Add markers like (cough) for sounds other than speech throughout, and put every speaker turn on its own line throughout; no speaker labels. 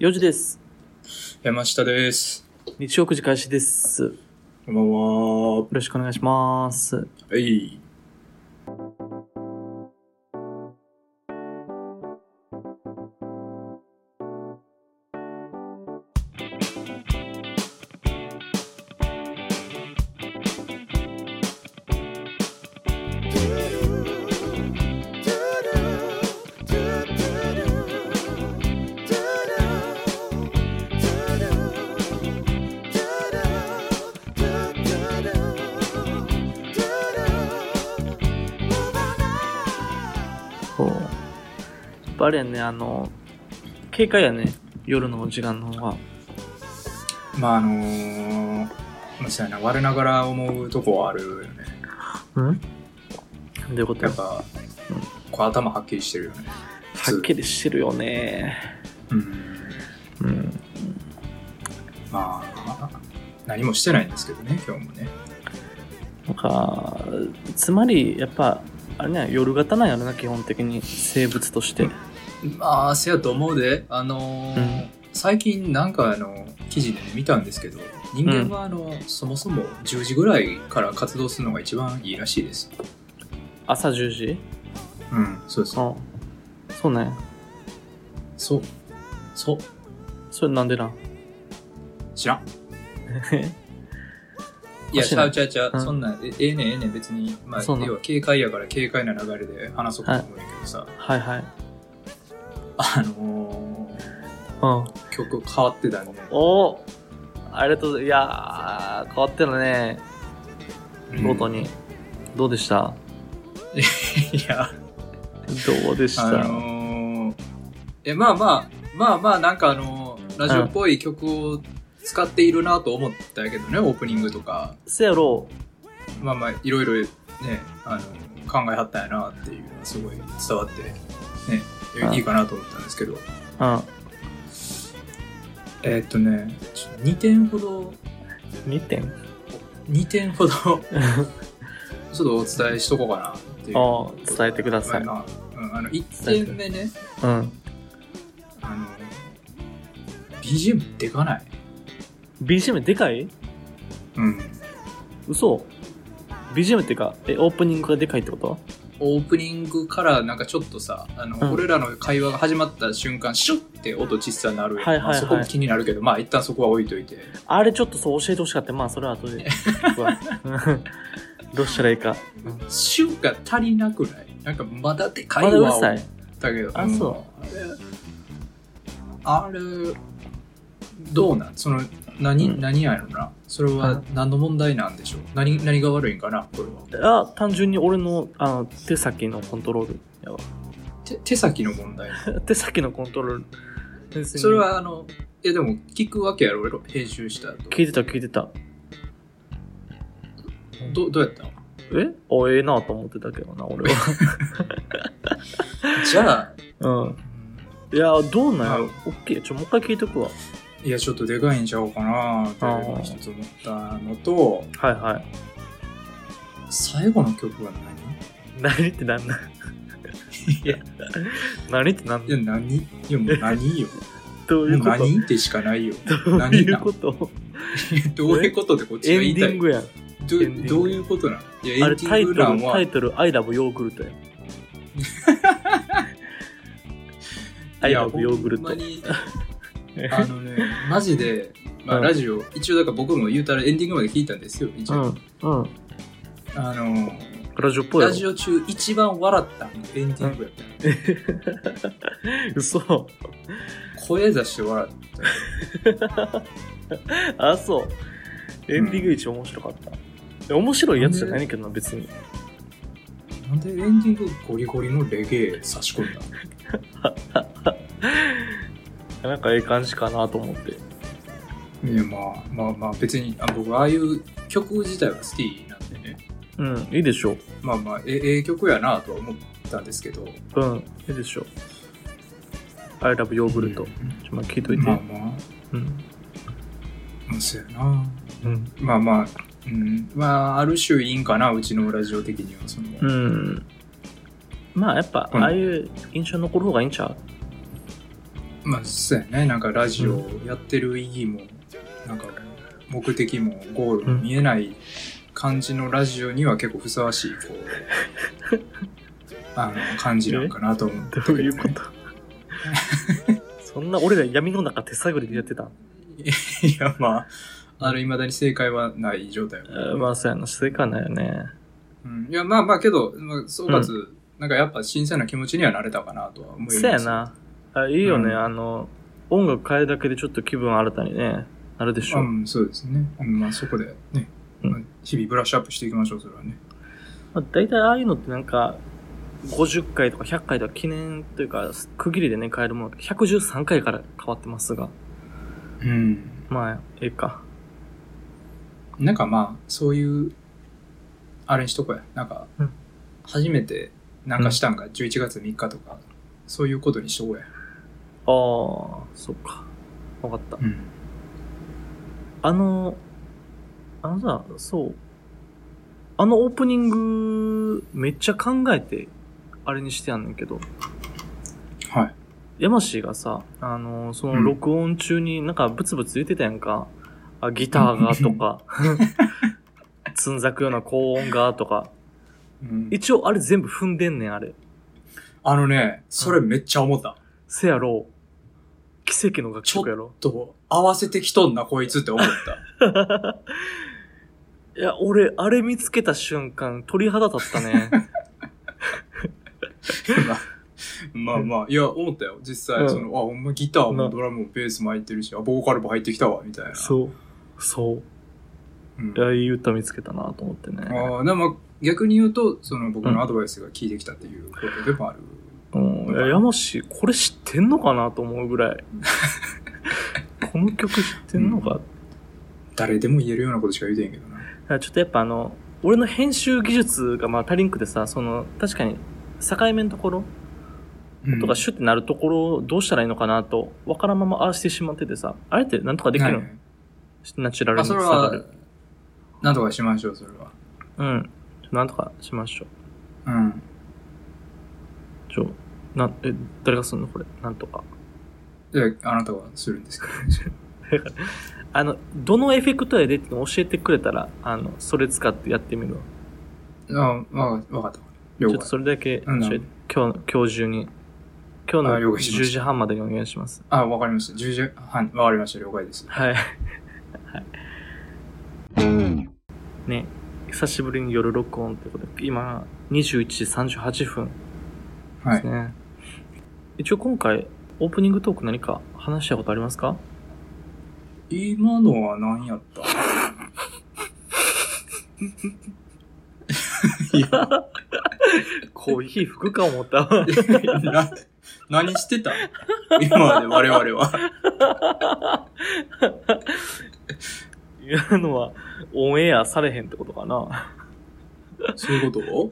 4時です。
山下です。
日曜9時開始です。よ
こんばんは。は
ろしくお願いします。
い。
こうやっぱあれやね、あの、警戒やね、夜の時間の方が。
まああのー、まあそうやな、我ながら思うとこはあるよね。
うんどういうこと
や
や
っぱ、こう頭はっきりしてるよね。
はっきりしてるよね。
うん。
うん。
まあ、何もしてないんですけどね、今日もね。
なんか、つまり、やっぱ、あれね、夜型なんやろな、基本的に。生物として。
まあ、せやと思うで、あのー
うん
最近なんかあの、記事で、ね、見たんですけど、人間はあの、そもそも10時ぐらいから活動するのが一番いいらしいです。
朝10時
うん、そうそう。
うん。そうね。
そう。そう。
それなんでなん
知らん。い
あ
や、
知
ち
ら
ゃ
ん
うちゃうちゃう。
うん
そんな、えええねんええねん別に。まあ、
そうなん
要は警戒やから警戒な流れで話そうかと思うんやけ
(laughs)
どさ、
(laughs) はいはい。
あの
うん。
ー、曲変わってたね。
おおありがとうございます。いやー、変わってるね。
うん
見事
(laughs)
に。どうでした
いや、
どうでし
あ
た、
のー、え、まあまあ、まあまあ、なんかあのーラジオっぽい曲を使っているなと思ったけどね、オープニングとか。
せやろ
まあまあ、いろいろね、あの考えはったんやなっていうのはすごい伝わって、
うん
ね、いいかなと思ったんですけど。
う。うん。
えーっとね、ちょっと2点ほど、
2点
2点ほど (laughs) 、ちょっとお伝えしとこうかなっていう。
ああ伝えてください
まあまあうん、あの1点目ね、
うん。
あの、BGM でかない。
BGM でかい
うん。
嘘 ?BGM っていうか、え、オープニングがでかいってこと
オープニングからなんかちょっとさ、あの、
うん
俺らの会話が始まった瞬間、シュッって音小さなるやん
はいはいはい
まあそこも気になるけど、まあ一旦そこは置いといて。
あれちょっとそう教えてほしかった。まあ、それは後で。 (laughs) 僕はうんどうしたらいいか。うん
シュッが足りなくないなんかまだでか
まだ
いう
る
わ。
さい。
だけど。
あ、
ん
そ
あれ、どうなんその、何、
うん
何やろなそれは何の問題なんでしょう何、何が悪いんかなこれは。
う。あ、単純に俺の、あの、手先のコントロールやわ。
手手先の問題。
(laughs) 手先のコントロール。別に
それはあの、いやでも聞くわけやろ俺編集した後。
聞いてた聞いてた。
ど、どうやったの
えあ、ええなと思ってたけどな、俺は。 (laughs)
じゃあ、
うん。いや、どうなんやろ
は
オッケー。ちょ、もう一回聞いとくわ。
いや、ちょっとでかいんちゃおうかなっていうのが一つ思ったのと、
はいはい。
最後の曲は
何ってなんなんいや、何ってなん
何い
な
や、
ん
何いや、もう何よ。
どうい
も
う
う
こと
何ってしかないよ。
どう
何
い
な
うんこと
(laughs) どういうことでこっち
エ
が
ン
言い
デ
た
ィン
い
グやん。
ど
エンディング
うどういうことなのいや、
あれ
エンデ
タイ
ィン
ト
グ
ル、
欄は
タ、イトル、I love ヨーグルトやん。I
いや
love ヨーグル
ほ
ト
んま。にあ
(laughs)
のね、マジで、まあ、
うん
ラジオ、一応だから僕も言うたらエンディングまで聞いたんですよ、一
う
応。
ん、うん。
あの、
ラジオっぽいや
ラ
ろ
ジオ中一番笑ったのエンディングやったの。
嘘。
声出して笑ったよ。
あ、そう。エンディング一面白かった。え面白いやつじゃないねんけどな、別に。
なんでエンディングゴリゴリのレゲエ差し込んだの
なんかええ感じかなと思って。
いや、まあ、まあまあ、別に、あ僕、ああいう曲自体は好きなんでね。
うん、いいでしょう。
まあまあ、えええ曲やなとは思ったんですけど。
うん、いいでしょう。I love ヨーグルト。ちょ、まあ、聞いといて。
まあま
うん。
あ、そうやな。
うん。
まあまあ、うん、まあ、ある種いいんかな、うちのラジオ的には。その
うん。まあ、やっぱ、
うん
ああいう印象残る方がいいんちゃう
まあ、そうやね。なんかラジオやってる意義も、なんか目的もゴールも見えない感じのラジオには結構ふさわしい、こ
(laughs)
う、あの、感じなんかなと思って、
どういうこと (laughs) そんな俺ら闇の中手探りでやってたん
いや、まあ、あの、未だに正解はない状態、
あまあ、そうやな、正解ないよね。
うん。いや、まあまあけど、まあ、総括、なんかやっぱ新鮮な気持ちにはなれたかなとは思います。
そうや。な。あいいよね、
うん
あの、音楽変えるだけでちょっと気分新たにね、なるでしょ。
うん、そうですね。うんまあそこでね、
うん
まあ日々ブラッシュアップしていきましょう、それはね。
まあ、大体ああいうのってなんか、50回とか100回とか記念というか、区切りでね、変えるもの、113回から変わってますが、
うん。
まあ、ええか。
なんかまあ、そういう、あれにしとこうや。なんか
うん、
初めてなんかしたんが11月3日とか、そういうことにしとこうや。
ああ、そっか。わかった。
うん。
あの、あのさ、そう。あのオープニング、めっちゃ考えて、あれにしてやんねんけど、
はい。
ヤマシーがさ、あの、その
うん
録音中になんかブツブツ言ってたやんか。あ、ギターがと
(laughs)
か、つんざくような高音がとか。
うん、
一応あれ全部踏んでんねん、あれ。
あのね、それめっちゃ思った。
せやろ奇跡の楽曲やろ。
と、合わせてきとんな、こいつって思った。
(laughs) いや、俺、あれ見つけた瞬間、鳥肌立ったね。
まあまあ、いや、思ったよ。実
う
際、
ん
その、あ、ほんまギター
な
もドラムもベースも入ってるし、あ、ボーカルも入ってきたわ、みたいな。
(laughs) そう。そう。
うん
いや、いい歌見つけたなと思ってね。
ああ、でも逆に言うと、その僕のアドバイスが効いてきたっていうことでもある。
うん、いややまし、これ知ってんのかなと思うぐらい。 (laughs) この曲知ってんのか、
誰でも言えるようなことしか言うてへんけどな。
だからちょっとやっぱあの、俺の編集技術がまあ足りんくてさ、その、確かに、境目のところとかシュってなるところどうしたらいいのかなと、わからんままああしてしまっててさ、あれってなんとかできるの、
はい
ナチュラル
まあ、
に
そ
伝
れ
わ
は
る。、
なんとかしましょう、それは。
うん。なんとかしましょ
うん。
う。ちょ、な、え、誰がすんのこれ。なんとか。
で、あなたはするんですけど。
あの、どのエフェクトやでっての教えてくれたら、あの、それ使ってやってみるわ。
ああ、わかわかった。
ち
了
ょっと
解。
それだけ教
うん
えて、今日、今日中に、今日
あ
の
了解しま
10
し
時半までにお願いします。
あ、わかりました。10時半、わかりました。了解です。
はい。はい。ね、久しぶりに夜録音ってことで、今、21時38分
は
です
い。
ね。一応今回、オープニングトーク何か話したことありますか
今のは何やった (laughs)
(laughs)
いや
コーヒー服か思った
(laughs)
わ。
な何してた今まで我々は。
今のは、オンエアされへんってことかな。
そういうことを、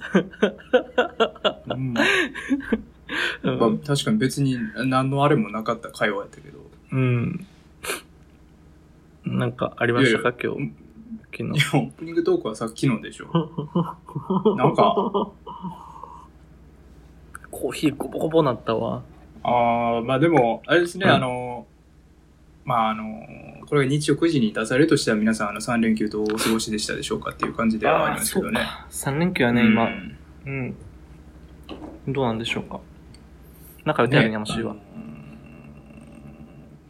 うんま
う
あ
ん。
確かに別に何のあれもなかった会話やったけど。
うん、なんかありましたか今日、昨
い
日。
や、オープニングトークはさっきの
(laughs)
でしょ。なんか、
コーヒーゴボゴボなったわ。
ああまあでも、あれですね、
うん
あの、まああの、これが日曜9時に出されるとしたら皆さんあの3連休どうお過ごしでしたでしょうかっていう感じではありますけどね。
3連休はね、
うん
今、うん。どうなんでしょうか。中で手にやましいわ
ね。あの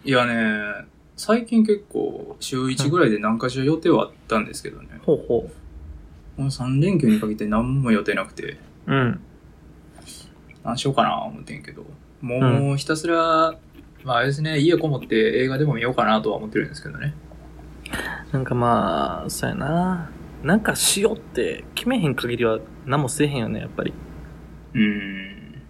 ーいやね、最近結構週1ぐらいで何かしら予定はあったんですけどね。
ほうほ
この3連休にかけて何も予定なくて、
う。うん。
何しようかな思ってんけど、
う
もうひたすら、まああれですね、家こもって映画でも見ようかなとは思ってるんですけどね。
なんかまあ、そうやな。なんかしようって決めへん限りは何もせえへんよね、やっぱり。
うーん。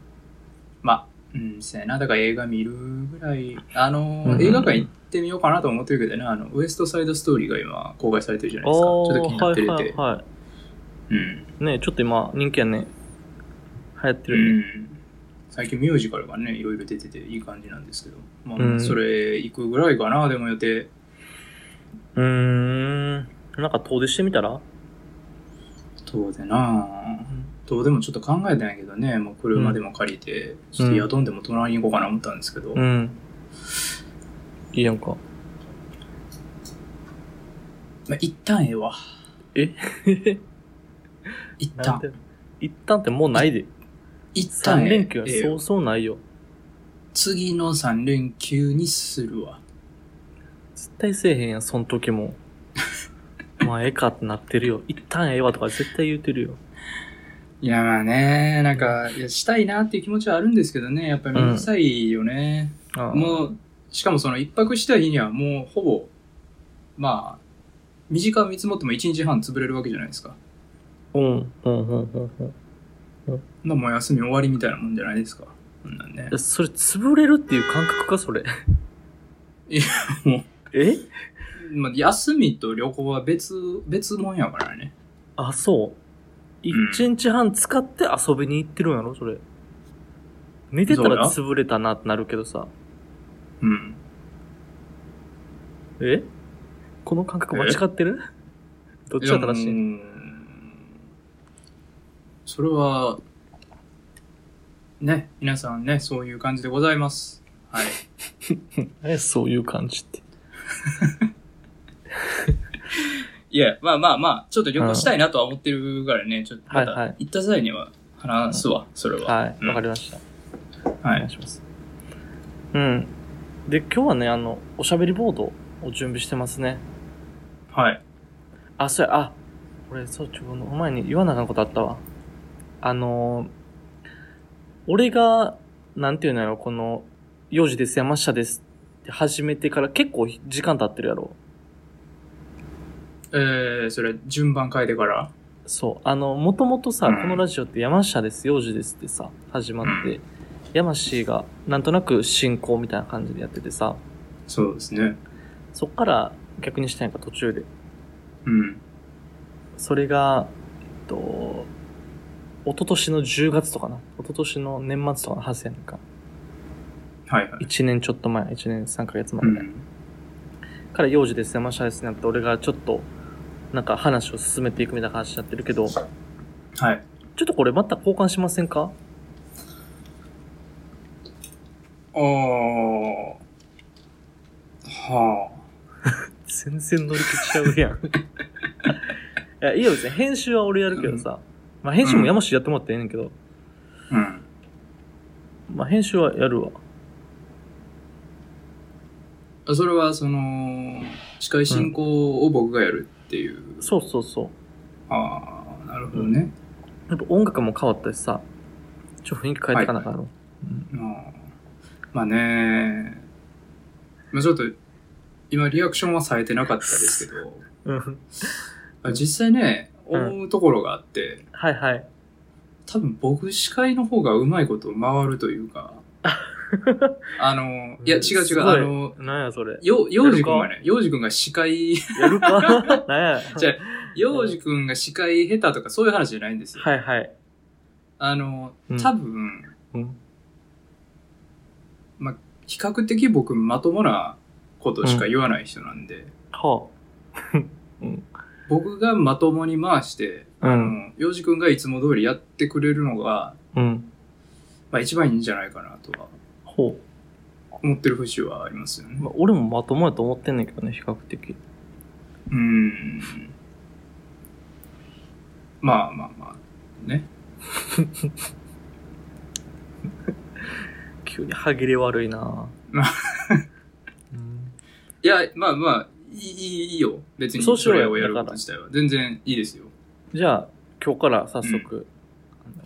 まあ、うん、せやな。だから映画見るぐらい、あのー
うん
映画館行ってみようかなと思ってるけどね、あの、ウエストサイドストーリーが今公開されてるじゃないですか。ちょっと気になって
ー
る
は
て。
いはいは
うん。
い。ねちょっと今、人気やね。流行ってるね。
うん、最近ミュージカルがねいろいろ出てていい感じなんですけど、まあ
うん
それ行くぐらいかなでも予定
うーん。なんか遠出してみたら
どうでなあどうでもちょっと考えてないけどねもう車でも借りて、ちょっと宿んでも隣に行こうかな思ったんですけど、
うん。いいやんか。
まあ、一旦ええわ。
え
(laughs) 一
な
旦
ん。で一旦ってもうないで。
一旦
3
え
連休は
え
そうそうないよ。
次の3連休にするわ。
絶対せえへんやん、そん時
(laughs)
も。まあ、ええかってなってるよ。一旦ええわとか絶対言うてるよ。
いや、まあね、なんか、いや、したいなっていう気持ちはあるんですけどね、やっぱりめんどくさいよね。
ああ
もう、しかもその一泊した日にはもうほぼ、まあ、短見積もっても1日半潰れるわけじゃないですか。
うん、うん、うん、うん、うん。
まあもう休み終わりみたいなもんじゃないですか。そんなんね
え。それ、潰れるっていう感覚か、それ。
いや、もう。
え
まあ、休みと旅行は別、別もんやからね。
あ、そう。一
ん
日半使って遊びに行ってるんやろ、それ。寝てたら潰れたなってなるけどさ。
うん。
えこの感覚間違ってるどっち
や
が正し
う
い
んそれは、ね、皆さんね、そういう感じでございます。はい。
え、そういう感じって。
(laughs) いや、まあまあまあ、ちょっと旅行したいなとは思ってるからね、ちょっとまた
はいはい
行った際には話すわ、それは。
はい、わかりました。お
は
願い
い。
します。うん。で、今日はね、あの、おしゃべりボードを準備してますね。
はい。
あ、そうや、あ、俺、そう、ちょ、この前に言わなあかんことあったわ。あのー俺が、なんていうのやろ、この、幼児です、山下ですって始めてから結構時間経ってるやろ。
えー、それ、順番変えてから。
そう。あの、もともとさ、
うん
このラジオって山下です、幼児ですってさ、始まって、山氏がなんとなく進行みたいな感じでやっててさ、
そうですね。
そっから逆にしたんやんか、途中で。
うん。
それが、えっと、一昨年の10月とかな。一昨年の年末とかの発生やねんか。
はいはい。
1年ちょっと前、1年3ヶ月前
う
ぐらい。
ん。
から幼児です、山下ですになって、俺がちょっと、なんか話を進めていくみたいな話になってるけど、ちょ
はい。
っとこれまた交換しませんか
おー。は
全然乗り気ち
(laughs)
ゃうやん。いや、いいよ別に編集は俺やるけどさ。まあ編集も山下やってもらってええねんけど、
あ。うん。
まあ編集はやるわ。
あそれは、その、司会進行を僕がやるっていう。
そうそうそう。
ああ、なるほどね。
やっぱ音楽も変わったしさ、ちょっと雰囲気変えていかなあかんの。
あーまあねまあちょっと、今リアクションはされてなかったですけど、
うん。
あ実際ね、
うん
思うところがあって、
はいはい。
多分僕司会の方がうまいこと回るという
(laughs)
か、あの、いや違う違
す
う、
ごい
あの、
なんやそれ。
よ、幼児くんがね、幼児くんが司会、
やる
(laughs)
かなんや。
じゃあ幼児くんが司会下手とかそういう話じゃないんですよ。
はいはい。
あの
うん、
多分、
うん。
比較的僕まともなことしか言わない人なんで、
は
僕がまともに回して、
あ。う
あ。の、洋二くんがいつも通りやってくれるのが、
うん。
まあ一番いいんじゃないかなとは、
ほ
思ってる節はありますよ
う。
ね。
まあ、俺もまともやと思ってんねんけどね、比較的。
うーん。まあまあまあ、ね。
急に歯切れ悪い
(laughs)
な
ま
ぁ。うん
いや、まあまあ、いいいいよ。別に
そうしようよ
れをやるこ
だか
と
ら
自体は。全然いいですよ。
じゃあ、今日から早速。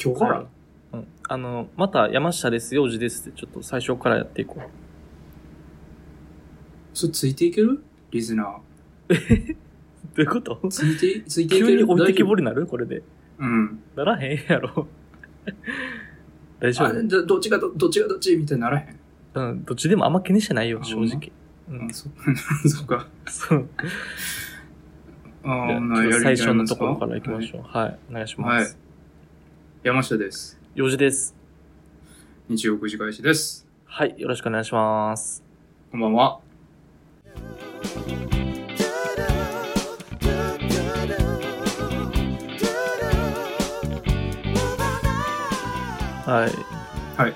今日から
うん。あの、また山下です、幼児ですって、ちょっと最初からやっていこう。
それついていけるリズナ
どういうこと
ー。ついて、ついていける
急に置いてけぼ
り。
りになるこれで。
うん。
ならへんやろ。大丈
あ
夫
どどっちがどどっちがどっちみたいにならへん。
うん、どっちでもあんま気にしてないよ、
あ
正直。う (laughs)
うんん、。そそうか。
そう。
あ
じゃあ
ー
ちょっと最初の
ます
ところから行きましょう。はい、お願いします。
山下です。
4時です。
日曜9時開始です。
はい、よろしくお願いします。
こんばんは。
はい。
はい。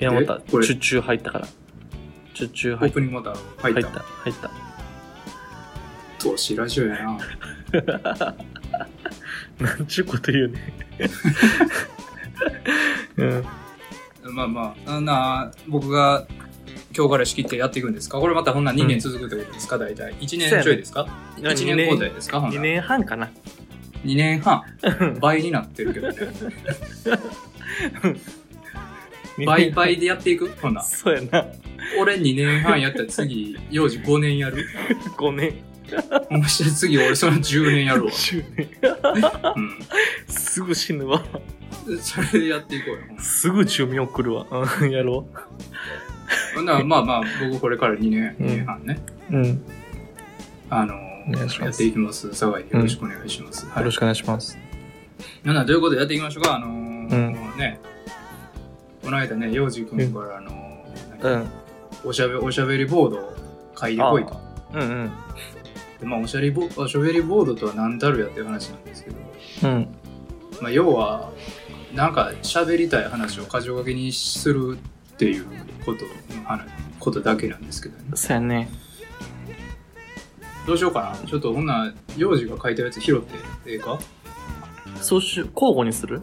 いや、また、
これ
チュッチュー入ったから。ちょ、中
オ
入
ー
った
プ。ニングまた入
入
っ。
ったた。入った。
投資ラジオやな。
なんちゅうこと言うね。うん。 (laughs)
まあまあ、あんな、僕が今日から仕切ってやっていくんですかこれまたほんな2年続くってことですか、大体。1年ちょいですか
そうやね
?1 年交代ですかほん
2
なら
年半かな。
2年半。倍になってる
(laughs)
けどね。倍倍でやっていくほんな
(laughs)
ら
そうやな。
俺2年半やったら次、幼児5年やる。
5年。
もし次俺その10年やるわ。
10年。
うん。
すぐ死ぬわ。
それでやっていこうよ。ほんなら
すぐ寿命来るわ。うん、やろ
ほんならまあまあ、僕これから2年、
う
2
ん
年半ね。
う。うん。よ
あの
お願いします
やっていきます。沢井、よろしくお願いします。はい
ろしくお願いします。
なんだということでやっていきましょうか。あのーね、この間ね、洋二君から、あのーなん
う
か
ん。
おしゃべ、おしゃべりボードを書いてこいと。
うんうん。
でまあ、おしゃべりボおしゃべりボードとは何たるやっていう話なんですけど、
うん。
まあ、要は、なんか喋りたい話を箇条書きにするっていうことの話、ことだけなんですけどね。
そうやね。
どうしようかな。ちょっとほんなら、洋二が書いたやつ拾ってええか
そうし、交互にする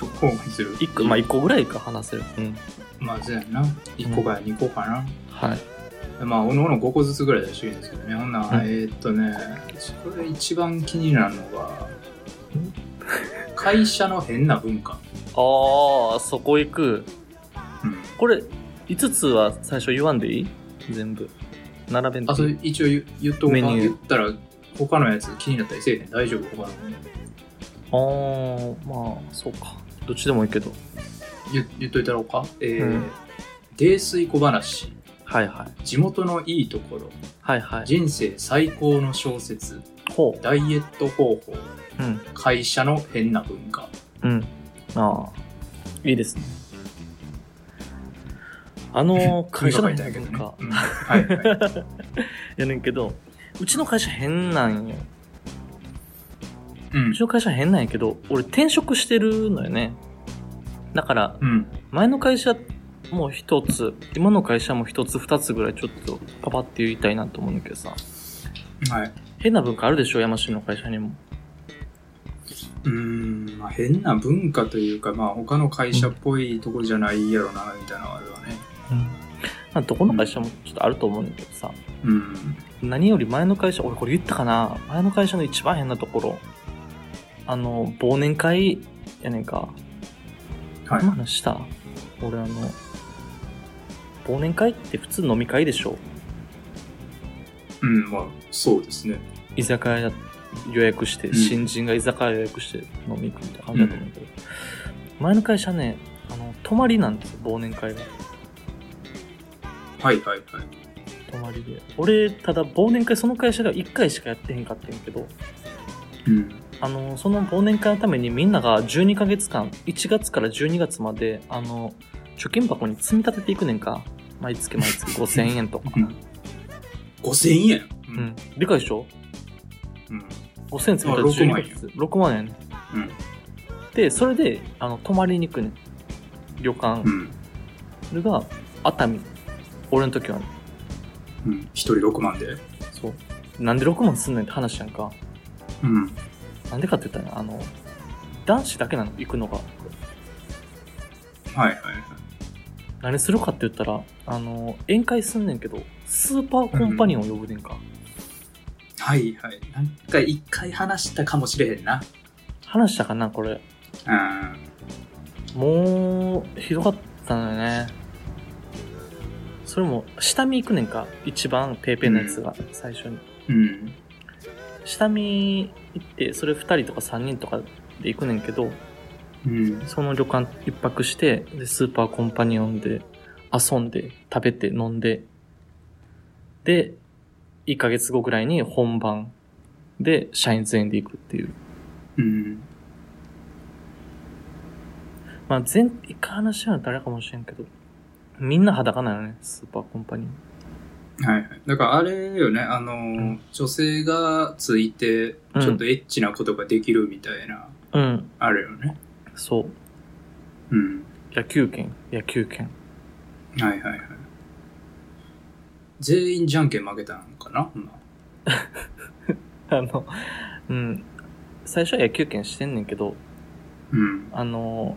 交互にする。
一個、まあ一個ぐらいか話せる。うん。
まあ、そうやな。1個か2個かな。
はい。
まあ、おのおの5個ずつぐらい出していいんですけどね。ほんなら、
うん
えーっとね、それ一番気になるのが、会社の変な文化。
ああ、そこ行く。
うん。
これ、5つは最初言わんでいい全部。並べんで
あ、そ
いい
れ一応言言っとこう
メ
か。
ニュー
言ったら、他のやつ気になったりせえへん。大丈夫他の。
あー、まあ、そうか。どっちでもいいけど。
言言っといたろうか。えー
うん
泥酔小話。
はいはい。
地元のいいところ。
はいはい。
人生最高の小説。
ほ
ダイエット方法。
う。うん。
会社の変な文化。
うん。ああ。いいですね。あのー、 (laughs) 会社の
文化書いてあるけ
変な
どね
か。
うんはいはい。
やねんけど、うちの会社変なんよ。
う
うんち。の会社変なんやけど、俺転職してるのよね。だから、
うん。
前の会社も一つ、今の会社も一つ二つぐらいちょっとパパって言いたいなと思うんだけどさ。
はい。
変な文化あるでしょ山市の会社にも。
うーん、まあ、変な文化というか、まあ、他の会社っぽいところじゃないやろな、みたいなのはあるわね。
まあ、どこの会社もちょっとあると思うんだけどさ。
うん。
何より前の会社、俺これ言ったかな前の会社の一番変なところ。あの、忘年会やねんか。
はい
今のした俺あの、忘年会って普通飲み会でしょ
うん、まあ、そうですね。
居酒屋予約して、
うん
新人が居酒屋予約して飲み行くみたいな感じだと思うけど、前の会社ね、あの、泊まりなんですよ、忘年会が。
はいはいはい。
泊まりで。俺、ただ忘年会、その会社では1回しかやってへんかったんやけど、
うん。
あの、その忘年会のためにみんなが12ヶ月間、1月から12月まで、あの、貯金箱に積み立てていくねんか。毎月毎月5000円とか。
うん、5000円う
うん。。でかいでしょ
うん。
?5000円積み立てて12ヶ月。6万円。
うん。
で、それで、あの、泊まりに行くねん。旅館
う。ん。
それが、熱海。俺の時はね。
うん。1人6万で。
そう。なんで6万すんねんって話やんか。
うん。
なんでかって言ったら、あの、男子だけなの、行くのが。
はいはいはい。
何するかって言ったら、あの、宴会すんねんけど、スーパーコンパニオンを呼ぶねんか。
はいはい。なんか一回話したかもしれへんな。
話したかな、これ。
うん。
もう、ひどかったのよね。それも、下見行くねんか。一番ペーペーのやつが、最初に。
うん。
下見行って、それ2人とか3人とかで行くねんけど、
うん。
その旅館一泊して、で、スーパーコンパニオンで遊んで、食べて、飲んで、で、1ヶ月後ぐらいに本番で社員全員で行くっていう。
うん。
まあ、全、一回話したの誰かもしれんけど、みんな裸なのね、スーパーコンパニオン。
はいはい。だからあれよね、あのー、
ん
女性がついて、ちょっとエッチなことができるみたいな、
うん、
あるよね。
そう。
うん。
野球券、野球券。 (laughs)
はいはいはい。全員じゃんけん負けたのかな、ほんなら
あの、うん。最初は野球拳してんねんけど、
うん。
あの、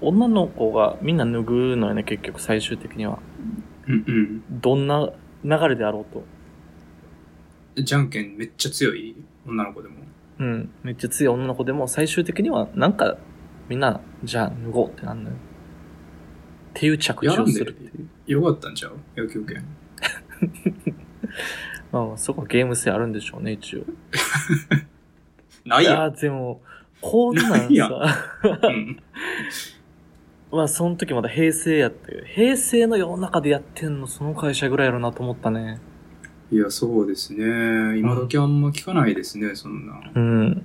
女の子がみんな脱ぐのよね、結局最終的には。
うん
どんな流れであろうと。
うん。じゃんけんめっちゃ強い女の子でも。
うん。めっちゃ強い女の子でも最終的にはなんかみんな、じゃあ脱ごうってなんのよ。っていう着地をするっていう。
よかったんちゃう野球拳。
まあまあそこはゲーム性あるんでしょうね、一応。
ない
い
や
やーでも、こんなん (laughs)
いや
さ、
ん。うん。
まあその時まだ平成やったけど、平成の世の中でやってんのその会社ぐらいやろなと思ったね。
いや、そうですね。今時あんま聞かないですね、そんな。
うん。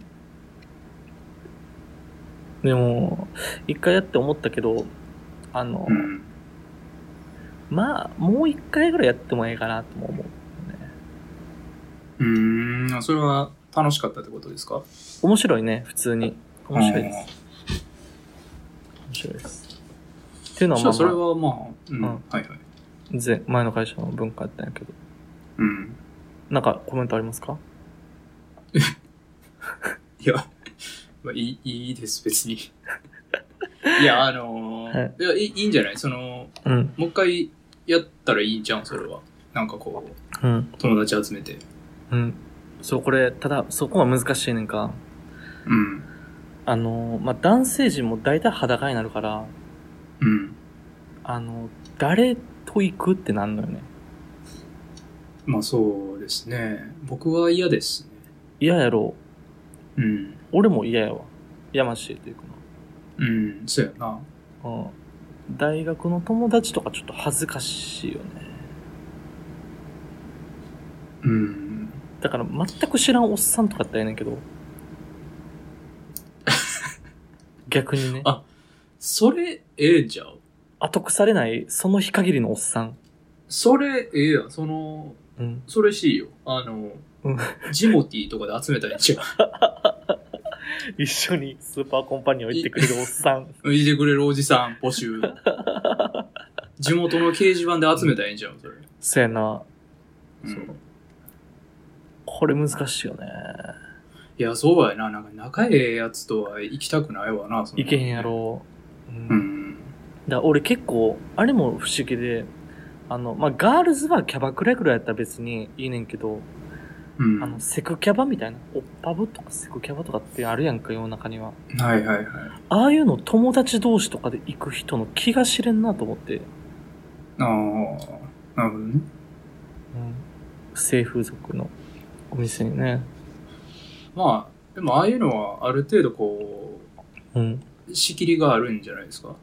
でも、一回やって思ったけど、あの、
うん。
まあ、もう一回ぐらいやってもええかなとも思う。
うーん、それは楽しかったってことですか
面白いね、普通に。面白いです。。面白いです。っていうの
うん
はまあ、
そう、それ
ま
はまあ、うん、
うん
はいはい。
あ、前前の会社の文化やったんやけど。
うん。
なんかコメントありますか
いや、 (laughs) まあ、いい、いいです、別に。 (laughs) いや、あのー
はい
いやいい、いいんじゃないその、
うん。
もう一回やったらいいんじゃん、それは。なんかこう、
うん。
友達集めて。
うん。そう、これ、ただ、そこは難しいねんか。
うん。
あの、まあ、男性陣も大体裸になるから、
うん。
あの、誰と行くってなんのよね。
まあそうですね。僕は嫌ですね。
嫌やろ
うん。
俺も嫌やわ。やましいというか
うん、そうやな。
な。うん。大学の友達とかちょっと恥ずかしいよね。
うん。
だから全く知らんおっさんとかやったらええねんけ
(laughs)
ど。逆にね。
あそれ、ええんちゃう
後腐れない、その日限りのおっさん。
それ、ええやん。その、
うん。
それしいよ。あの
うん、
ジモティーとかで集めたらいいんちゃ
一緒にスーパーコンパニオン行ってくれるおっさ
(laughs)
ん。
ういてくれるおじさん
(laughs)
募集。地元の掲示板で集めたらいいんちゃうそれ。
そやな。
うん
そうこれ難しいよね。
いや、そうやな。なんか仲ええやつとは行きたくないわな。そんな
行けへんや。ろう。
う
だか
ん。
ら俺結構、あれも不思議で、あの、まあ、ガールズはキャバクラぐらいやったら別にいいねんけど、
うん。
あの、セクキャバみたいな、オッパブとかセクキャバとかってあるやんか、世の中には。
はいはいはい。
ああいうの友達同士とかで行く人の気が知れんなと思って、
ああ、なるほどね。
うん、性風俗のお店にね。
まあ、でもああいうのはある程度こ
うん。
う、仕切りがあるんじゃないですか。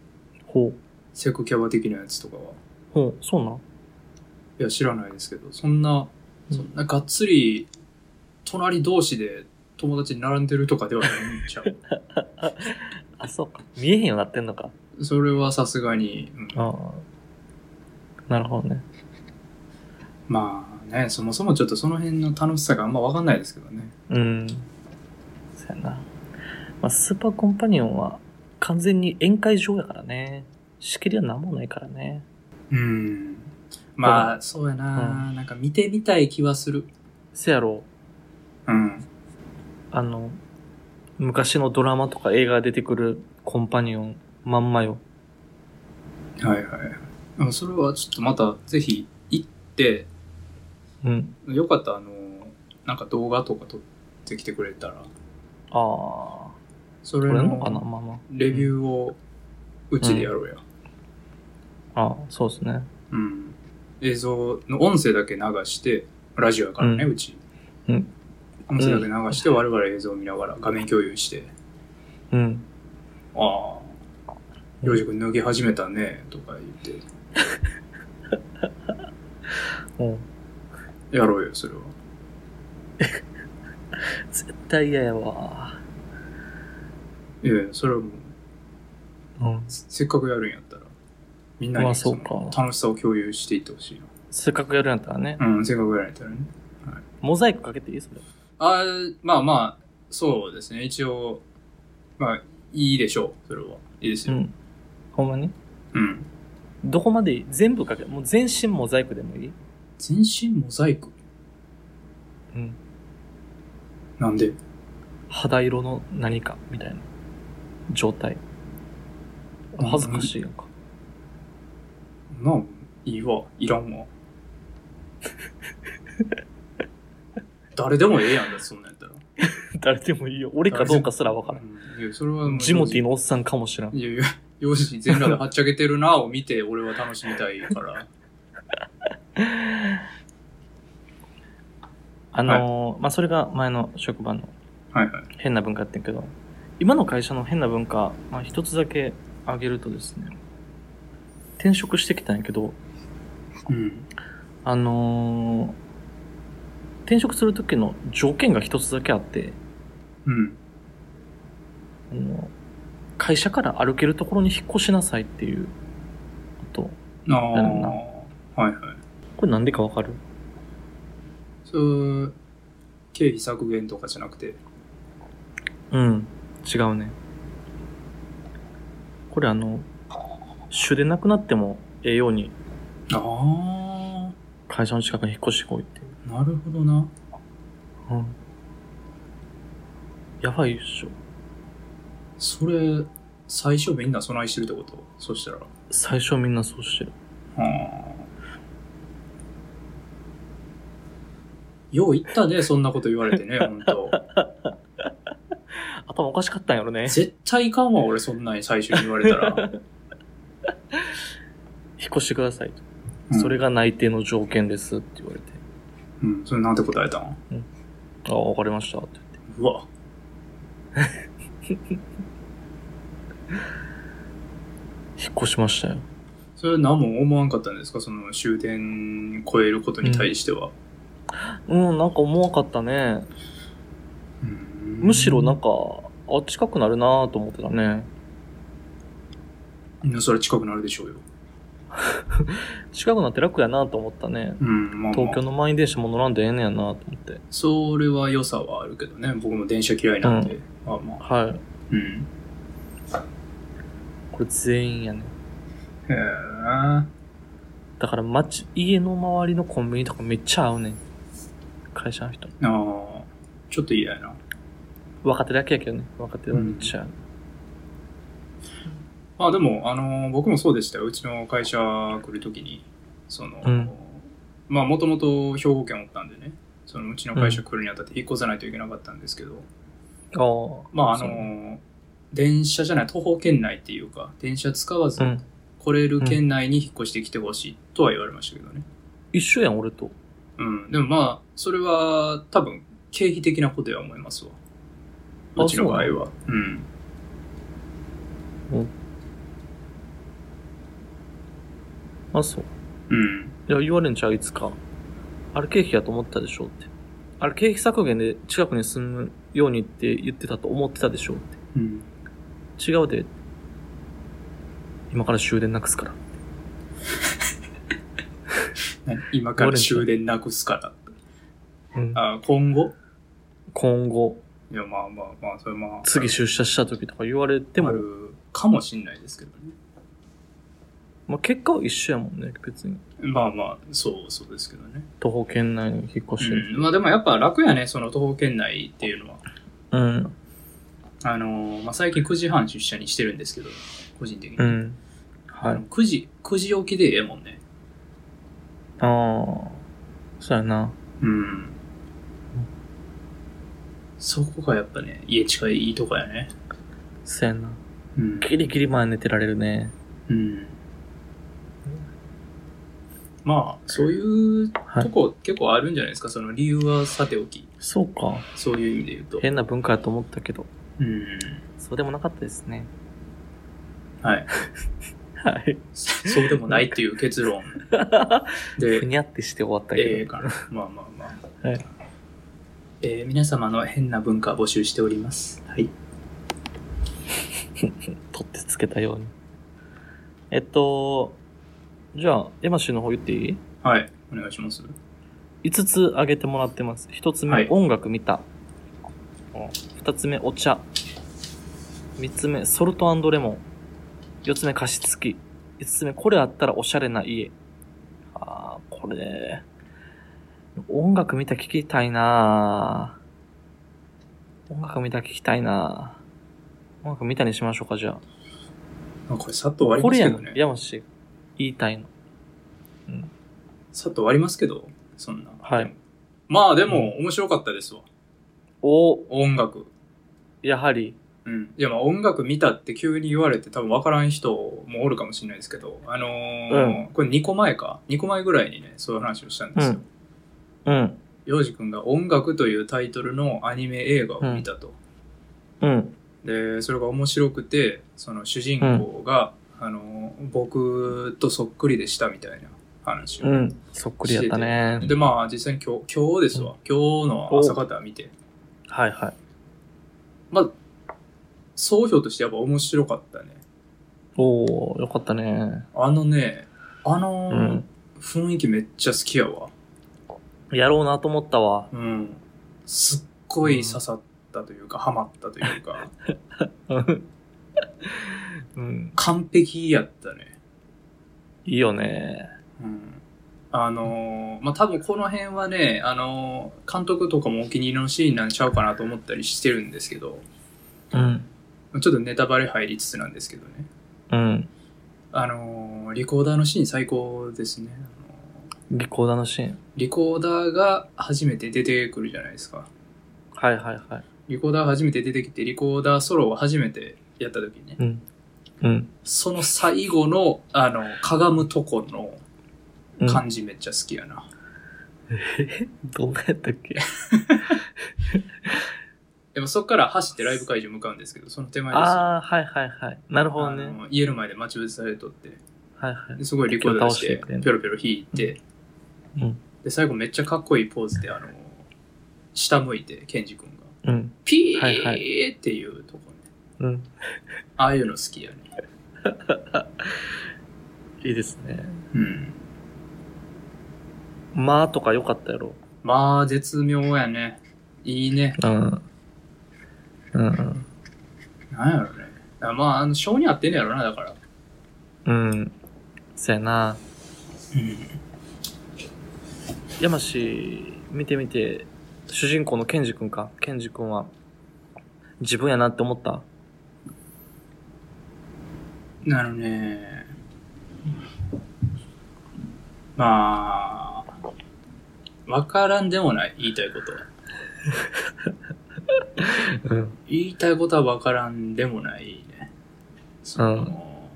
ほう。
セクキャバ的なやつとかは。
ほう、そうなん
いや、知らないですけど、そんな、
うん
そんながっつり、隣同士で友達に並んでるとかではないんちゃう。
あ、そうか。見えへんようになってんのか。
それはさすがに、うん
ああ。なるほどね。
まあね、そもそもちょっとその辺の楽しさがあんまわかんないですけどね。
うん。そうやな。まあ、スーパーコンパニオンは完全に宴会場やからね。仕切りはなんもないからね。
うん。まあ、そうやな、なんか見てみたい気はする。
せやろ、
うん。
あの、昔のドラマとか映画で出てくるコンパニオン、まんまよ。
はいはい。でもそれはちょっとまた、ぜひ行って、
うん。
よかったらあの、なんか動画とか撮ってきてくれたら、
ああ。
そ
こ
れ
れのかな、
の
まあま
レビューをうちでやろうや。
あ。ああ、そうですね。
うん。映像の音声だけ流して、ラジオやからね、
う
うんち。
うん。
音声だけ流して、我々映像を見ながら画面共有して、
うん。
ああ、洋く君脱ぎ始めたね、とか言って、
うん。
やろうよ、それは。
絶対嫌やわ。
いやいや、それはもう、
うん。
せせっかくやるんやったら、みんな
まあ
に
そ
そう
か
の楽しさを共有していってほしい
せっかくやるんやったらね。
な。うん、せっかくやられたらね。
モザイクかけていいそれ。
あーまあまあ、そうですね、一応、まあ、いいでしょう、それは。いいです
う
よ。
ん。ほんまに
うん。
どこまでいい全部かけ、もう全身モザイクでもいい
全身モザイク
うん。
なんで
肌色の何かみたいな状態。恥ずかしいやんか。 (laughs)
なんいいわ。いらんわ。 (laughs) 誰でもええやんだ、そんなんやったら。
誰でもいいよ。俺かどうかすらわから
うんいや、それはも
ん。
う
ジモティのおっさんかもしらん。
いやいや、容姿全裸ではっちゃけてるなを見て、俺は楽しみたいから。
あのーまあ、それが前の職場の
はいはい。
変な文化やってんけど、今の会社の変な文化、まあ、一つだけ挙げるとですね、転職してきたんやけど、
うん。
あのー転職する時の条件が一つだけあって、
うん。
あの会社から歩けるところに引っ越しなさいっていうこと。
あ
な
あ。
るほ
はいはい。
これなんでかわかる
そう、経費削減とかじゃなくて。
うん。違うね。これあの、主でなくなってもええように
ああ。
会社の近くに引っ越してこいっていう。
なるほどな。
うん。やばいっしょ。
それ、最初みんな備えしてるってことそしたら。
最初みんなそうしてる。
あーよう言ったね、そんなこと言われてね、ほんと。
頭おかしかったんやろ (laughs) ね。
絶対いかんわ、俺そんなに最初に言われたら。
引っ越してくださいと。 (laughs) それ
が。
が内定の条件ですって言われて。
うん、それなんて答えたん
ああ、わかりましたって言って。
うわ。
引っ越しましたよ。
それは何も思わんかったんですかその終電超えることに対しては。
うん、なんか思わんかったね。
うん
むしろなんか、あ、近くなるなぁと思ってたね。
みんなそれ近くなるでしょうよ。
近くなって楽やなぁと思ったね。
うん、まあ、まあ、
東京の満員電車も乗らんでええねやなぁと思って。
それは良さはあるけどね。僕も電車嫌いなんで。まあまあ。
はい。
うん。
これ全員やね。
へえ。
だから街、家の周りのコンビニとかめっちゃ合うねん。会社の人。
ああ、ちょっと嫌やな。
若手だけやけどね。若手はめっちゃ合う。
まあでも、あのー僕もそうでしたよ。うちの会社来るときに、その、
うん
まあもともと兵庫県おったんでね、そのうちの会社来るにあたって引っ越さないといけなかったんですけど、
ああ。
まああの
そうね
ー電車じゃない、徒歩圏内っていうか、電車使わず
うん。
来れる圏内に引っ越してきてほしいとは言われましたけどね。
一緒やん、俺と。
うん。でもまあ、それは多分経費的なことや思いますわ。
あ
うちの場合は。うん。
あ、そう。
うん。
いや、言われんちゃう、いつか。あれ経費やと思ったでしょって。あれ経費削減で近くに住むようにって言ってたと思ってたでしょって。
うん。
違うで。今から終電なくすから。
ね今から終電なくすから。
うん、
あ今後
今後、
いや、まあまあまあ、それまあ。
次出社した時とか言われて
でも。
も
あ、るかもしんないですけどね。
まあ、結果は一緒やもんね、別に。
まあまあ、そうそうですけどね。
徒歩圏内に引っ越してる。
うんまあでもやっぱ楽やね、その徒歩圏内っていうのは。
うん。
あのーまあ最近9時半出社にしてるんですけど、個人的に。
うん。は
あの
い。
9時、9時起きでええもんね。
ああ。そうやな。
うん。そこがやっぱね、家近いいいとこやね。
そうやな。
うん。
ギリギリまで寝てられるね。
うん。まあ、そういう
は
と
い。
こ結構あるんじゃないですか、その理由はさておき。
そうか。
そういう意味で言うと。
変な文化やと思ったけど、
うん。
そうでもなかったですね。
はい。
はい。
そうでもないっていう結
(laughs) (laughs)
論
ふ
で、
にゃってして終わった
ええ
けど。
かな。まあまあまあ。
はい
えー皆様の変な文化募集しております。はい。
取ってつけたように。えっと、じゃあ、エマシュの方言っていい
はい。お願いします。
5つ挙げてもらってます。1つ目、
はい
音楽見た。2つ目、お茶。3つ目、ソルトレモン。4つ目、加湿器。5つ目、これあったらおしゃれな家。あー、これ、音楽見たら聞きたいなぁ音楽見たら聞きたいなぁ音楽見たにしましょうか、じゃ
まあこれ、さっと終わ
あ。
り
こ
ま
れ
す
や
け
ん
ど、ね。
山氏、言いたいの。
さっと終わりますけど、そんな。
はい
でも。まあでも、面白かったですわ。
お、
音楽。
やはり、
うん。いや、まあ音楽見たって急に言われて多分分からん人もおるかもしれないですけど、あのーこれ2個前か。2個前ぐらいにね、そういう話をしたんですよ。
うん、
ヨウジ君が音楽というタイトルのアニメ映画を見たと。
うん、
で、それが面白くて、その主人公が、あのー僕とそっくりでしたみたいな話を。
うん。そっくりやったね。
で、まあ実際に今日、今日ですわ。今日の朝方見て。
はいはい。
まあ、総評としてやっぱ面白かったね。
おー、よかったね。
あのね、あの
う
ー
ん。
雰囲気めっちゃ好きやわ。
やろうなと思ったわ。
うん。すっごい刺さったというか、ハマったとい
(laughs)
うか、
うん。
完璧やったね。
いいよね。
うん。あのーまあ、多分この辺はね、あのー監督とかもお気に入りのシーンなんちゃうかなと思ったりしてるんですけど、
うん。
ちょっとネタバレ入りつつなんですけどね。
うん。
あのーリコーダーのシーン最高ですね。あのー
リコーダーのシーン。
リコーダーが初めて出てくるじゃないですか。
はいはいはい。
リコーダー初めて出てきて、リコーダーソロを初めてやった時にね、
うん。うん。
その最後の、あの、かがむとこの
うん、
感じめっちゃ好きやな。
どうやったっけ
でもそっから走ってライブ会場向かうんですけど、その手前ですよ。
ああ、はいはいはい。なるほどね。
あの家の前で待ち伏せされとって、
はいはい。
ですごいリコーダーして
敵を倒してくれ、んの
ぴょろぴょろ弾いて、
うん。
で、最後めっちゃかっこいいポーズで、あの、下向いて、ケンジ君が、
うん。
ピー
はいは
っていうとこね。
うん。
ああいうの好きやね。
いいですね。
うん。
まあとか良かったやろ。
まあ、絶妙やね。いいね。
うん。うん。
なんやろね。あまあ、あの、性に合ってんねやろな、だから。
うん。そやな。
うん。
山氏、見てみて、主人公のケンジ君か。ケンジ君は、自分やなって思った。
なるね。まあ、わからんでもない、言いたいことは。
うん。
言いたいことはわからんでもないね。その、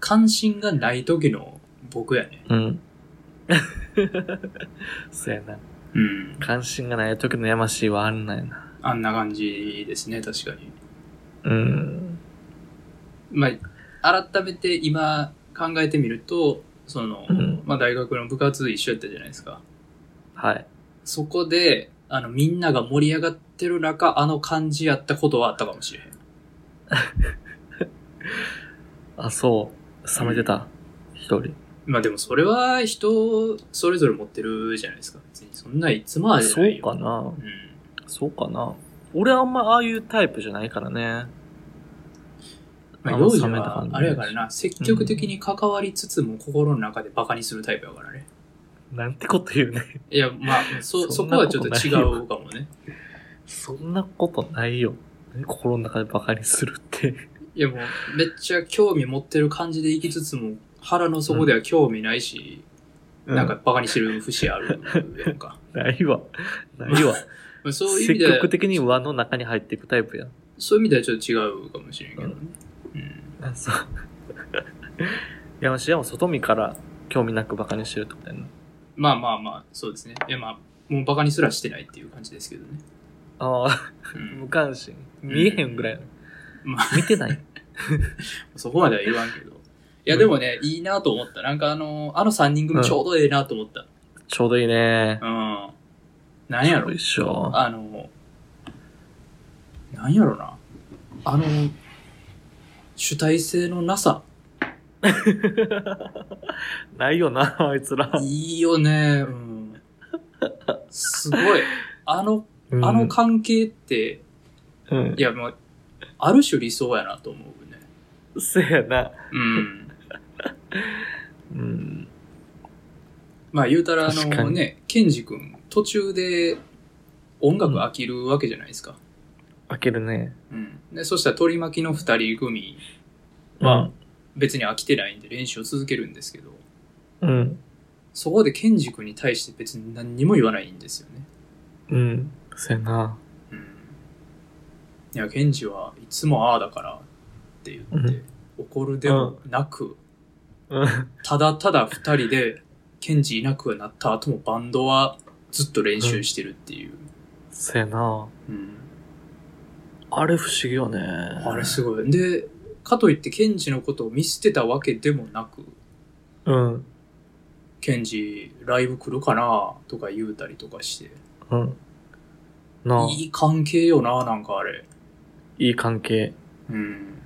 関心がない時の僕やね。
うん。 (laughs) そやな。
うん。
関心がない時の山氏はあるんなんやな。
あんな感じですね、確かに。
うん。
まあ、改めて今考えてみると、その、
うん
まあ大学の部活一緒やったじゃないですか。
はい。
そこで、あの、みんなが盛り上がってる中、あの感じやったことはあったかもしれへん。
あ、そう。冷めてた。一人。
まあでもそれは人それぞれ持ってるじゃないですか。別にそんないつもあるじゃ
そ
ないうよ。
かな。
うん。
そうかな。俺あんまああいうタイプじゃないからね。
まあ、
あの
幼女
冷めた
は
感、じ
あれやからな、積極的に関わりつつも心の中でバカにするタイプやからね。
なんてこと言うね。
いや、まあ、
(laughs)
そ、
そ
そ
ん
こ
な
は
こ
ちょ
と
っと
ない
違
よ
うかもね。
そんなことないよ。心の中でバカにするって。
いやもう、めっちゃ興味持ってる感じで行きつつも、腹の底では興味ないし、なんか、バカにしてる節あるやんか。
ないわ。 (laughs) ないわ。
まあ (laughs) そういう意味
積
では
極、的に輪の中に入っていくタイプや。
そういう意味ではちょっと違うかもしれんけどね。うん。
あ (laughs) そう。いや、わしはもう外見から興味なくバカにしてるってことやな。
まあまあまあ、そうですね。いやまあ、もうバカにすらしてないっていう感じですけどね。
ああ、
う
(laughs) 無
ん、
関心。見えへんぐらいやな。
まあ、
見て
(laughs)
ない。
そこまでは言わんけ (laughs) ど。いやでもね、いいなと思った。なんかあの、あの3人組ちょうどええなと思った。
ちょうどいいね。
うん。なんやろ
よいしょ。 (laughs)
あの、なんやろな。あの、主体性のなさ。
ないよな、あいつら。
いいよね。うん。すごい。あの、あの関係って、
うん
い。や、もう、ある種理想やなと思うね。
せやな。
うん。
うん。
まあ言うたらあ
確か
の
に
ね、ケンジ君、途中で音楽飽きるわけじゃないですか。
開けるね。
うん。で、そしたら取り巻きの二人組、
ま
別に飽きてないんで練習を続けるんですけど、
あ、うん。
そこでケンジ君に対して別に何にも言わないんですよね。
うん。そうやな。
うん。いや、ケンジはいつもああだからって言って、怒るでもなく、
うん。
ただただ二人で、ケンジいなくなった後もバンドはずっと練習してるっていう。
そうやな。
うん。
あれ不思議よね。
あ
あ
れすごい。で、かといってケンジのことを見捨てたわけでもなく、
うん。
ケンジライブ来るかなとか言うたりとかして、
うん。なあ、
いい関係よななんかあれ。
いい関係。
うん。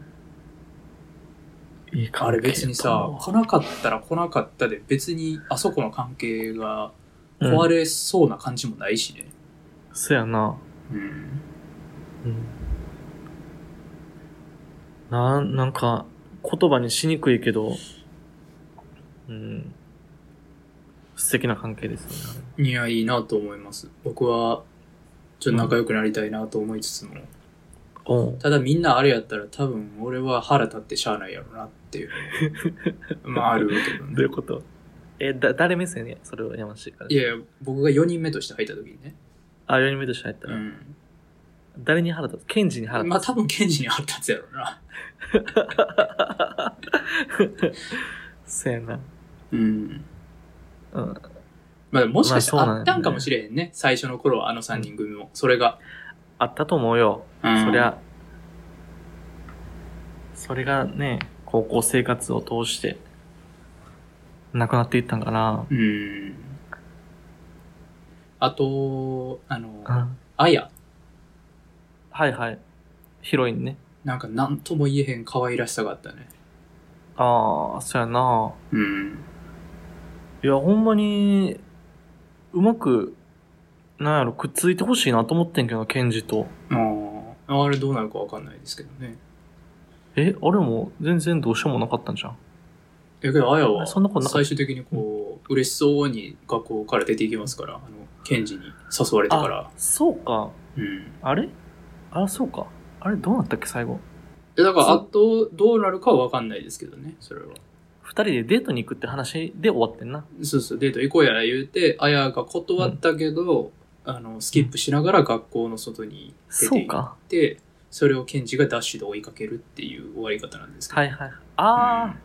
いい関係。
あれ別にさ、来なかったら来なかったで別にあそこの関係が
うん
壊れそうな感じもないしね。
そうやな。
うん。
うん。なん、なんか、言葉にしにくいけど、うん。素敵な関係ですよね。
いや、いいなと思います。僕は、ちょっと仲良くなりたいなと思いつつも、
おう
ただみんなあれやったら多分俺は腹立ってしゃあないやろなっていう。まああるけ
ど
ど
うい (laughs)
ね。
うことえ、だ、誰目線ねそれはやましいから。
いやいや、僕が4人目として入った時にね。
あ、4人目として入った
う
ら、
ん。
誰に腹立つケンジに腹立
まあ多分ケンジに腹立つやろな。
(laughs) つ。そうやな。
うん。
うん。
まあもしかした
まあ
ら
そうなんやね
あったんかもしれへんね。最初の頃はあの3人組も。それが。
あったと思うよ。
うん
そりゃ、それがね、高校生活を通して、なくなっていったんかな。
うん。あと、あの、
うん。
あや。
はいはい。ヒロインね。
なんか何とも言えへん可愛らしさがあったね。
ああ、そうやな。
うん。
いや、ほんまに、うまく、なんやろ、くっついてほしいなと思ってんけどな、ケンジと。
ああ、あれどうなるかわかんないですけどね。
え、あれも全然どうしようもなかったんじゃん。
え、けど、あやは、
そんなことなかっ
最終的にこう、嬉しそうに学校から出ていきますから、あの、ケンジに誘われた
た。
から
あ。、そうか。
うん。
あれあ、そうか。あれどうなったっけ、最後。
え、だから、
そ
あと、どうなるかはわかんないですけどね、それは。
二人でデートに行くって話で終わってんな。
そうそう、デート行こうやら言うて、あやが断ったけど、あの、スキップしながら学校の外に出
そ
て
う
行っ
か。
て、それをケンジがダッシュで追いかけるっていう終わり方なんですけど。。
はいいはい。ああ、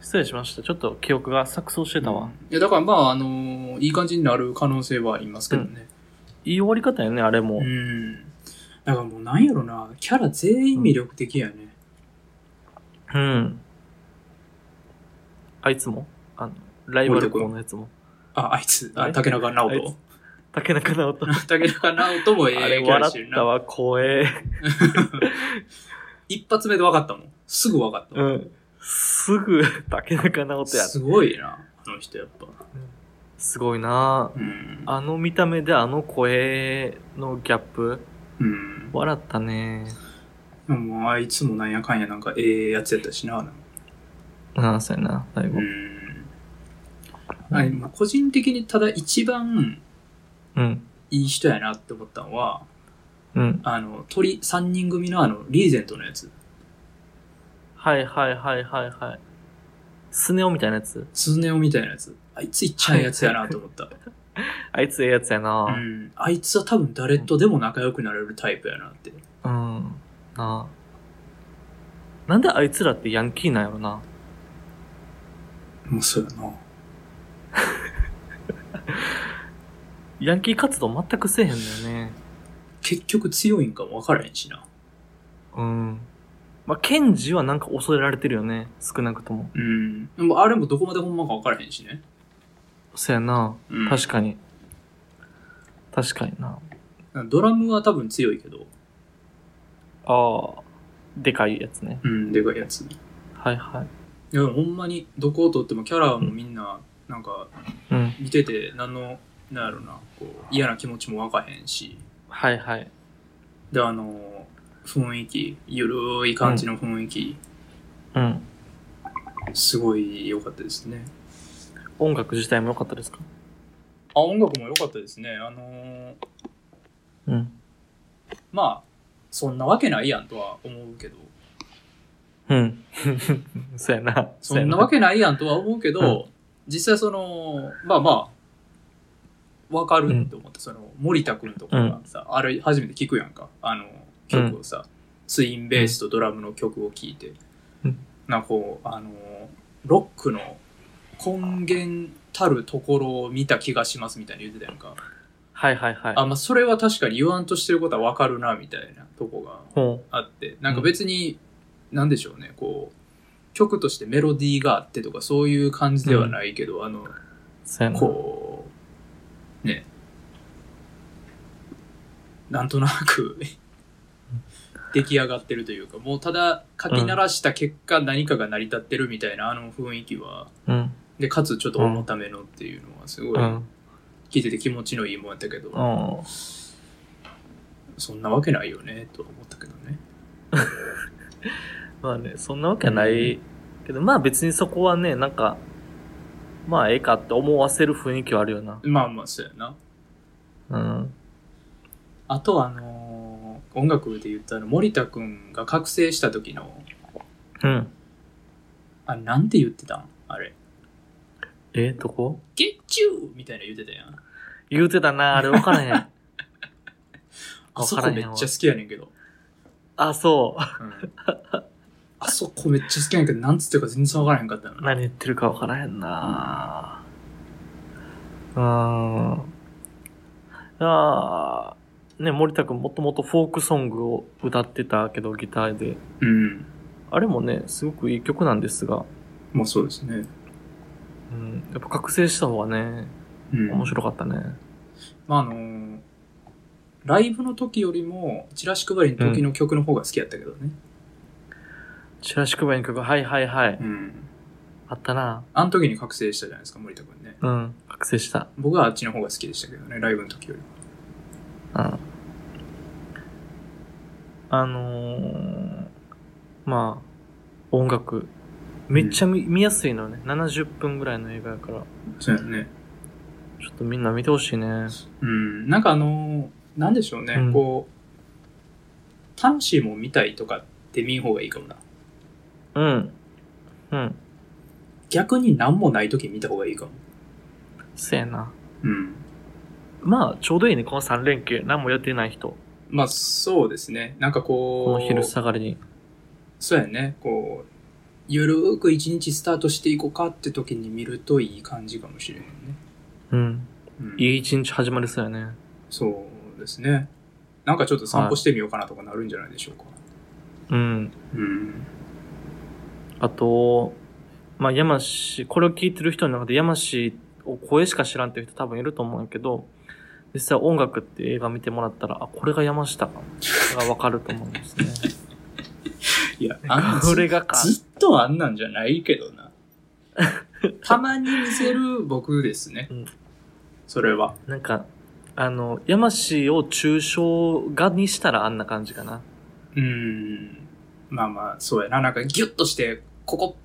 失礼しました。ちょっと記憶が錯綜してたわ。
いや、だからまあ、あのいい感じになる可能性はありますけどね。
いい終わり方やね、あれも。
うん。だからもうなんやろな、キャラ全員魅力的やね。
うん。あいつもあの、ライバル校のやつも。
あ、あいつ、あ
え
竹中直
あい
人。
竹中直人。
(laughs) 竹中直人もええ
あれ、
キャラして
笑
る
った
な。
わ、怖え。
一発目で分かったもん。すぐ分かったもん。
うん。すぐ、竹中直人や。
すごいな、あの人やっぱ。
すごいな
うん。
あの見た目であの声のギャップ。
うん。
笑ったね。
でもうあいつもなんやかんやなんかええやつやったしな。なんか
うん、そうやな、だいうぶ。
ん。あまあ個人的にただ一番
うん。
いい人やなって思ったのは、
うん。
あの、鳥、三人組のあの、リーゼントのやつ。
はいはいはいはいはい。スネ夫みたいなやつ。
スネ夫みたいなやつ。あいついっちゃええやつやなと思った。
あいつええやつや
う
な。
ん。あいつは多分誰とでも仲良くなれるタイプやなって。
うん。なあ。なんであいつらってヤンキーなんやろな。
もうそうやな。
ヤンキー活動全くせえへんだよね。
結局強いんかも分からへんしな。
うん。まあ、ケンジはなんか恐れられてるよね。少なくとも。
うん。でもあれもどこまでほんまか分からへんしね。
そやな。
うん、
確かに。確かにな。
ドラムは多分強いけど。
ああ。でかいやつね。
うん、でかいやつ。い
はいはい。
や、ほんまにどこをとってもキャラもみんな、なんか
うん。
見てて何の、なんやろな、こう、嫌な気持ちも分かへんし。
はいはい。
で、あの、雰囲気、ゆるい感じの雰囲気、
うん。
すごい良かったですね。
音楽自体も良かったですか
あ、音楽も良かったですね。あのー
うん。
まあ、そんなわけないやんとは思うけど、
(laughs) うん。そうやな。
そんなわ
け
けないやんとは思うけど、
うん
実際その、まあまあ、わかるって思って、その、森田くんとかがさ、あれ初めて聞くやんか、あの、曲をさ、ツインベースとドラムの曲を聴いて、
うん
なんかこう、あの、ロックの根源たるところを見た気がしますみたいに言ってたやんか。
はいはいはい。
あ、まあそれは確かに言わんとしてることはわかるな、みたいなとこが
ほ
あって、なんか別に、なんでしょうね、こう、曲としてメロディーがあってとかそういう感じではないけど、あの、
う。そうやな。
こう、ね、なんとなく (laughs) 出来上がってるというか、もうただ書き鳴らした結果何かが成り立ってるみたいなあの雰囲気は、
うん。
で、かつちょっと重ためのっていうのはすご
う
い
ん。
聞いてて気持ちのいいもんやったけど、
うん。
そんなわけないよね、とは思ったけどね。
まあね、そんなわけはないけど、まあ別にそこはね、なんか、まあええかって思わせる雰囲気はあるよな。
まあまあ、そうやな。
うん。
あとあのー音楽で言ったあの森田くんが覚醒した時の、
うん。
あれなんて言ってたんあれ。
え、どこ
ゲッチューみたいな言ってたやん。
言うてた (laughs) な、あれ分からへん。
あそ
わから
こ
へん
めっ
わ
ちゃ好きやねんけど。
あ、そう。
うん、あそこめっちゃ好きやねんけど、なんつってるか全然わからへんかったの。
何言ってるか分からへんな。うーん。あーね、森田くんもともとフォークソングを歌ってたけど、ギターで。
うん。
あれもね、すごくいい曲なんですが、
まあそうですね。
うん、やっぱ覚醒した方がね、
うん。
面白かったね。
まああのーライブの時よりも、チラシ配りの時の曲の方が好きやったけどね。
チラシ配りの曲、はいはいはい。
うん。
あったな。
あの時に覚醒したじゃないですか、森田くんね。
うん、覚醒した。
僕はあっちの方が好きでしたけどね、ライブの時より。
うん。あのー、まあ、音楽。めっちゃ見,、見やすいのよね。70分ぐらいの映画やから。
そうやね。
ちょっとみんな見てほしいね。
うん、なんかあのーなんでしょうね、
うん
こう、楽しいもん見たいとかって見ん方がいいかもな。
うん。うん。
逆に何もない時見た方がいいかも。
せやな。
うん。
まあ、ちょうどいいね、この3連休。何もやってない人。
まあ、そうですね。なんか
この
こ
昼
う、
下がりに。
そうやね、こう、ゆるーく一日スタートしていこうかって時に見るといい感じかもしれへんね。
うん。
うん、
いい一日始まりそうやね。
そうですね。なんかちょっと散歩してみようかなとかなるんじゃないでしょうか。
うん。
うん。
あと、まあ、山氏、これを聞いてる人の中で山氏を声しか知らんっていう人多分いると思うんやけど、実際音楽っていう映画見てもらったら、あ、これが山下か。がわかると思うんですね。
いや、 (laughs) あん
これがか。
ずっとあんなんじゃないけ
(laughs)
どな。たまに見せる僕ですね。
うん
それは。
なんか、あの、山氏を抽象画にしたらあんな感じかな。
うーん。まあまあ、そうやな。なんかギュッとして、ここ、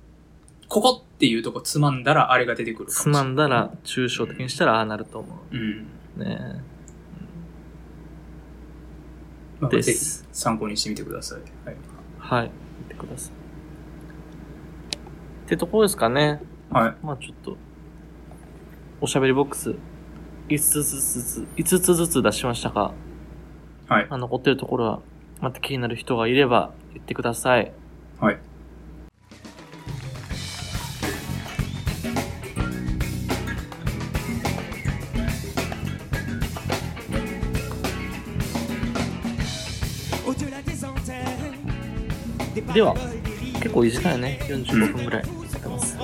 ここっていうとこつまんだらあれが出てくるかもし
つ
れな
ま
い。
んだら抽象的にしたらああなると思
うん。
う。ね
まあ、
で
ぜひ
す。
参考にしてみてください。はい。
はい。見てください。ってところですかね。
はい。
まあちょっと、おしゃべりボックス、5つずつずつ、5つずつ出しましたが、
はい。
まあ、残ってるところは、また気になる人がいれば言ってください。
はい。
では結構いい時間やね
45分ぐらい
やってます、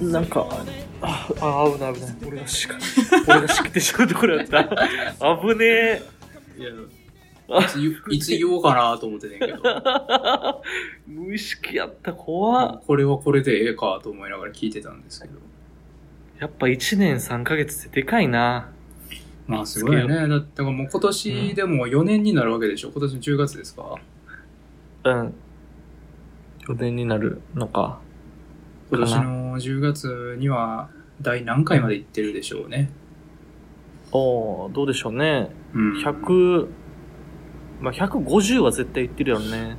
なんか、あ、あ、危ない危ない。俺がしか、俺がしくてしまうところだった。危ねえ。
いや、いつ言いつ言おうかなと思ってたん
(laughs)
やけど、
無意識やった、怖っ
これはこれでええかと思いながら聞いてたんですけど。
やっぱ1年3ヶ月ってでかいな。
まあすごいよね。だってもう今年でも4年になるわけでしょ。今年の10月ですか
うん。4年になるのか。
今年の10月には第何回まで行ってるでしょうね。
おーどうでしょうね。
うん。
100、まあ、150は絶対いってるよね。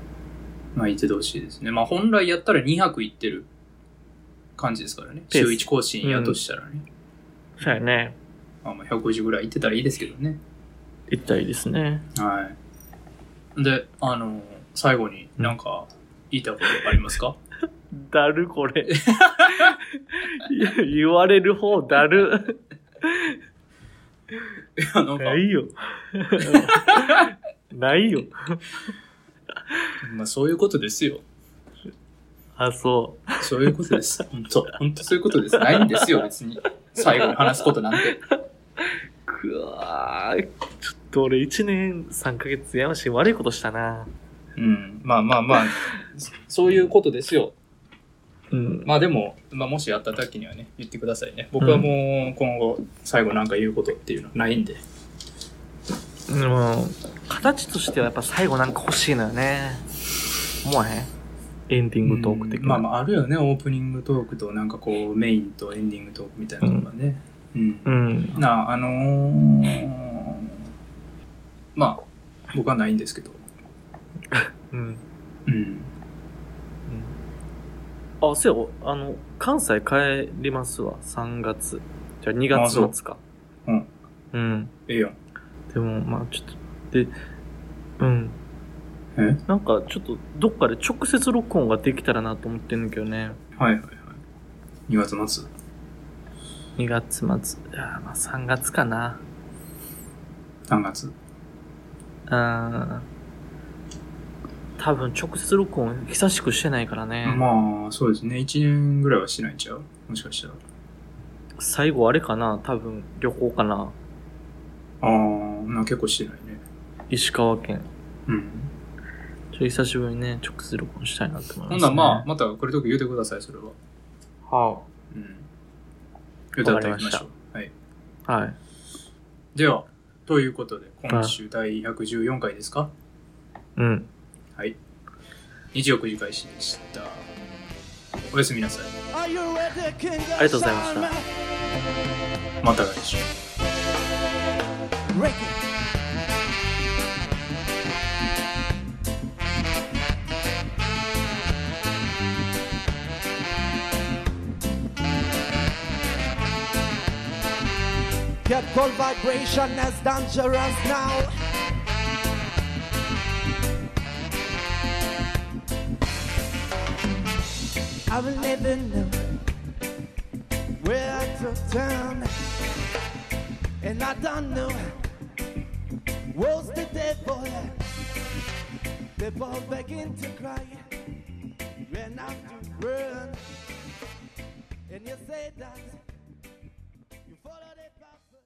まあ行っててほしいですね。まあ本来やったら2泊行ってる感じですからね。
ペース
週1更新やとしたらね。
そうやね。
まあまあ150ぐらい行ってたらいいですけどね。
いったらいいですね。
はい。で、あの、最後になんか言いたいことありますか (laughs)
だる、これ。 (laughs) 言われる方、だる。
いや、なんか、
ないよ。 (laughs) ないよ。
まあそういうことですよ。
あ、そ
そういうことです。本当本当そういうことです。ないんですよ、別に。最後に話すことなんて。
う。くわー。ちょっと俺1年3ヶ月やましい悪いことしたな。
うん。まあまあまあ、そそういうことですよ。
うん。
まあでも、まあもしあった時にはね、言ってくださいね。僕はもう今後、最後なんか言うことっていうのはないんで。
でも、形としてはやっぱ最後なんか欲しいのよね。思わへんエンディングトーク的
うん
な。
まあまああるよね、オープニングトークとなんかこう、メインとエンディングトークみたいなのがね。うん。
うん。
なあ、あのー、まあ、僕はないんですけど。
うん。
うん。
あ、そうや、あの、関西帰りますわ、3月。じゃあ2
あそう
月末か。
うん。
うん。
ええやん。
でも、まあちょっと、で、うん。
え
なんか、ちょっと、どっかで直接録音ができたらなと思ってんだけどね。
はいはいはい。2月末。
2月末。いや、まあ3月かな。
3月。
うん。多分、直接録音、久しくしてないからね。
まあ、そうですね。1年ぐらいはしないんちゃうもしかしたら。
最後、あれかな多分、旅行かな。
ああ、な結構してないね。
石川県。
うん。
ちょっと久しぶりにね、直接録音したいなと思い
ほ
ます、ね。
んならまあ、またこれとく言うてください、それは。
あ、は
うん。言うていきましょう。はい。
あ、はい。
では、ということで、今週第114回ですか
うん。
はい。日曜9時開始でした。おやすみなさい。
あり
あり
が
がとうございました
また来週。
That cold vibration is dangerous now. I will never know where to turn, and I don't know what's the devil. They both begin to cry when I have to run, and you say that.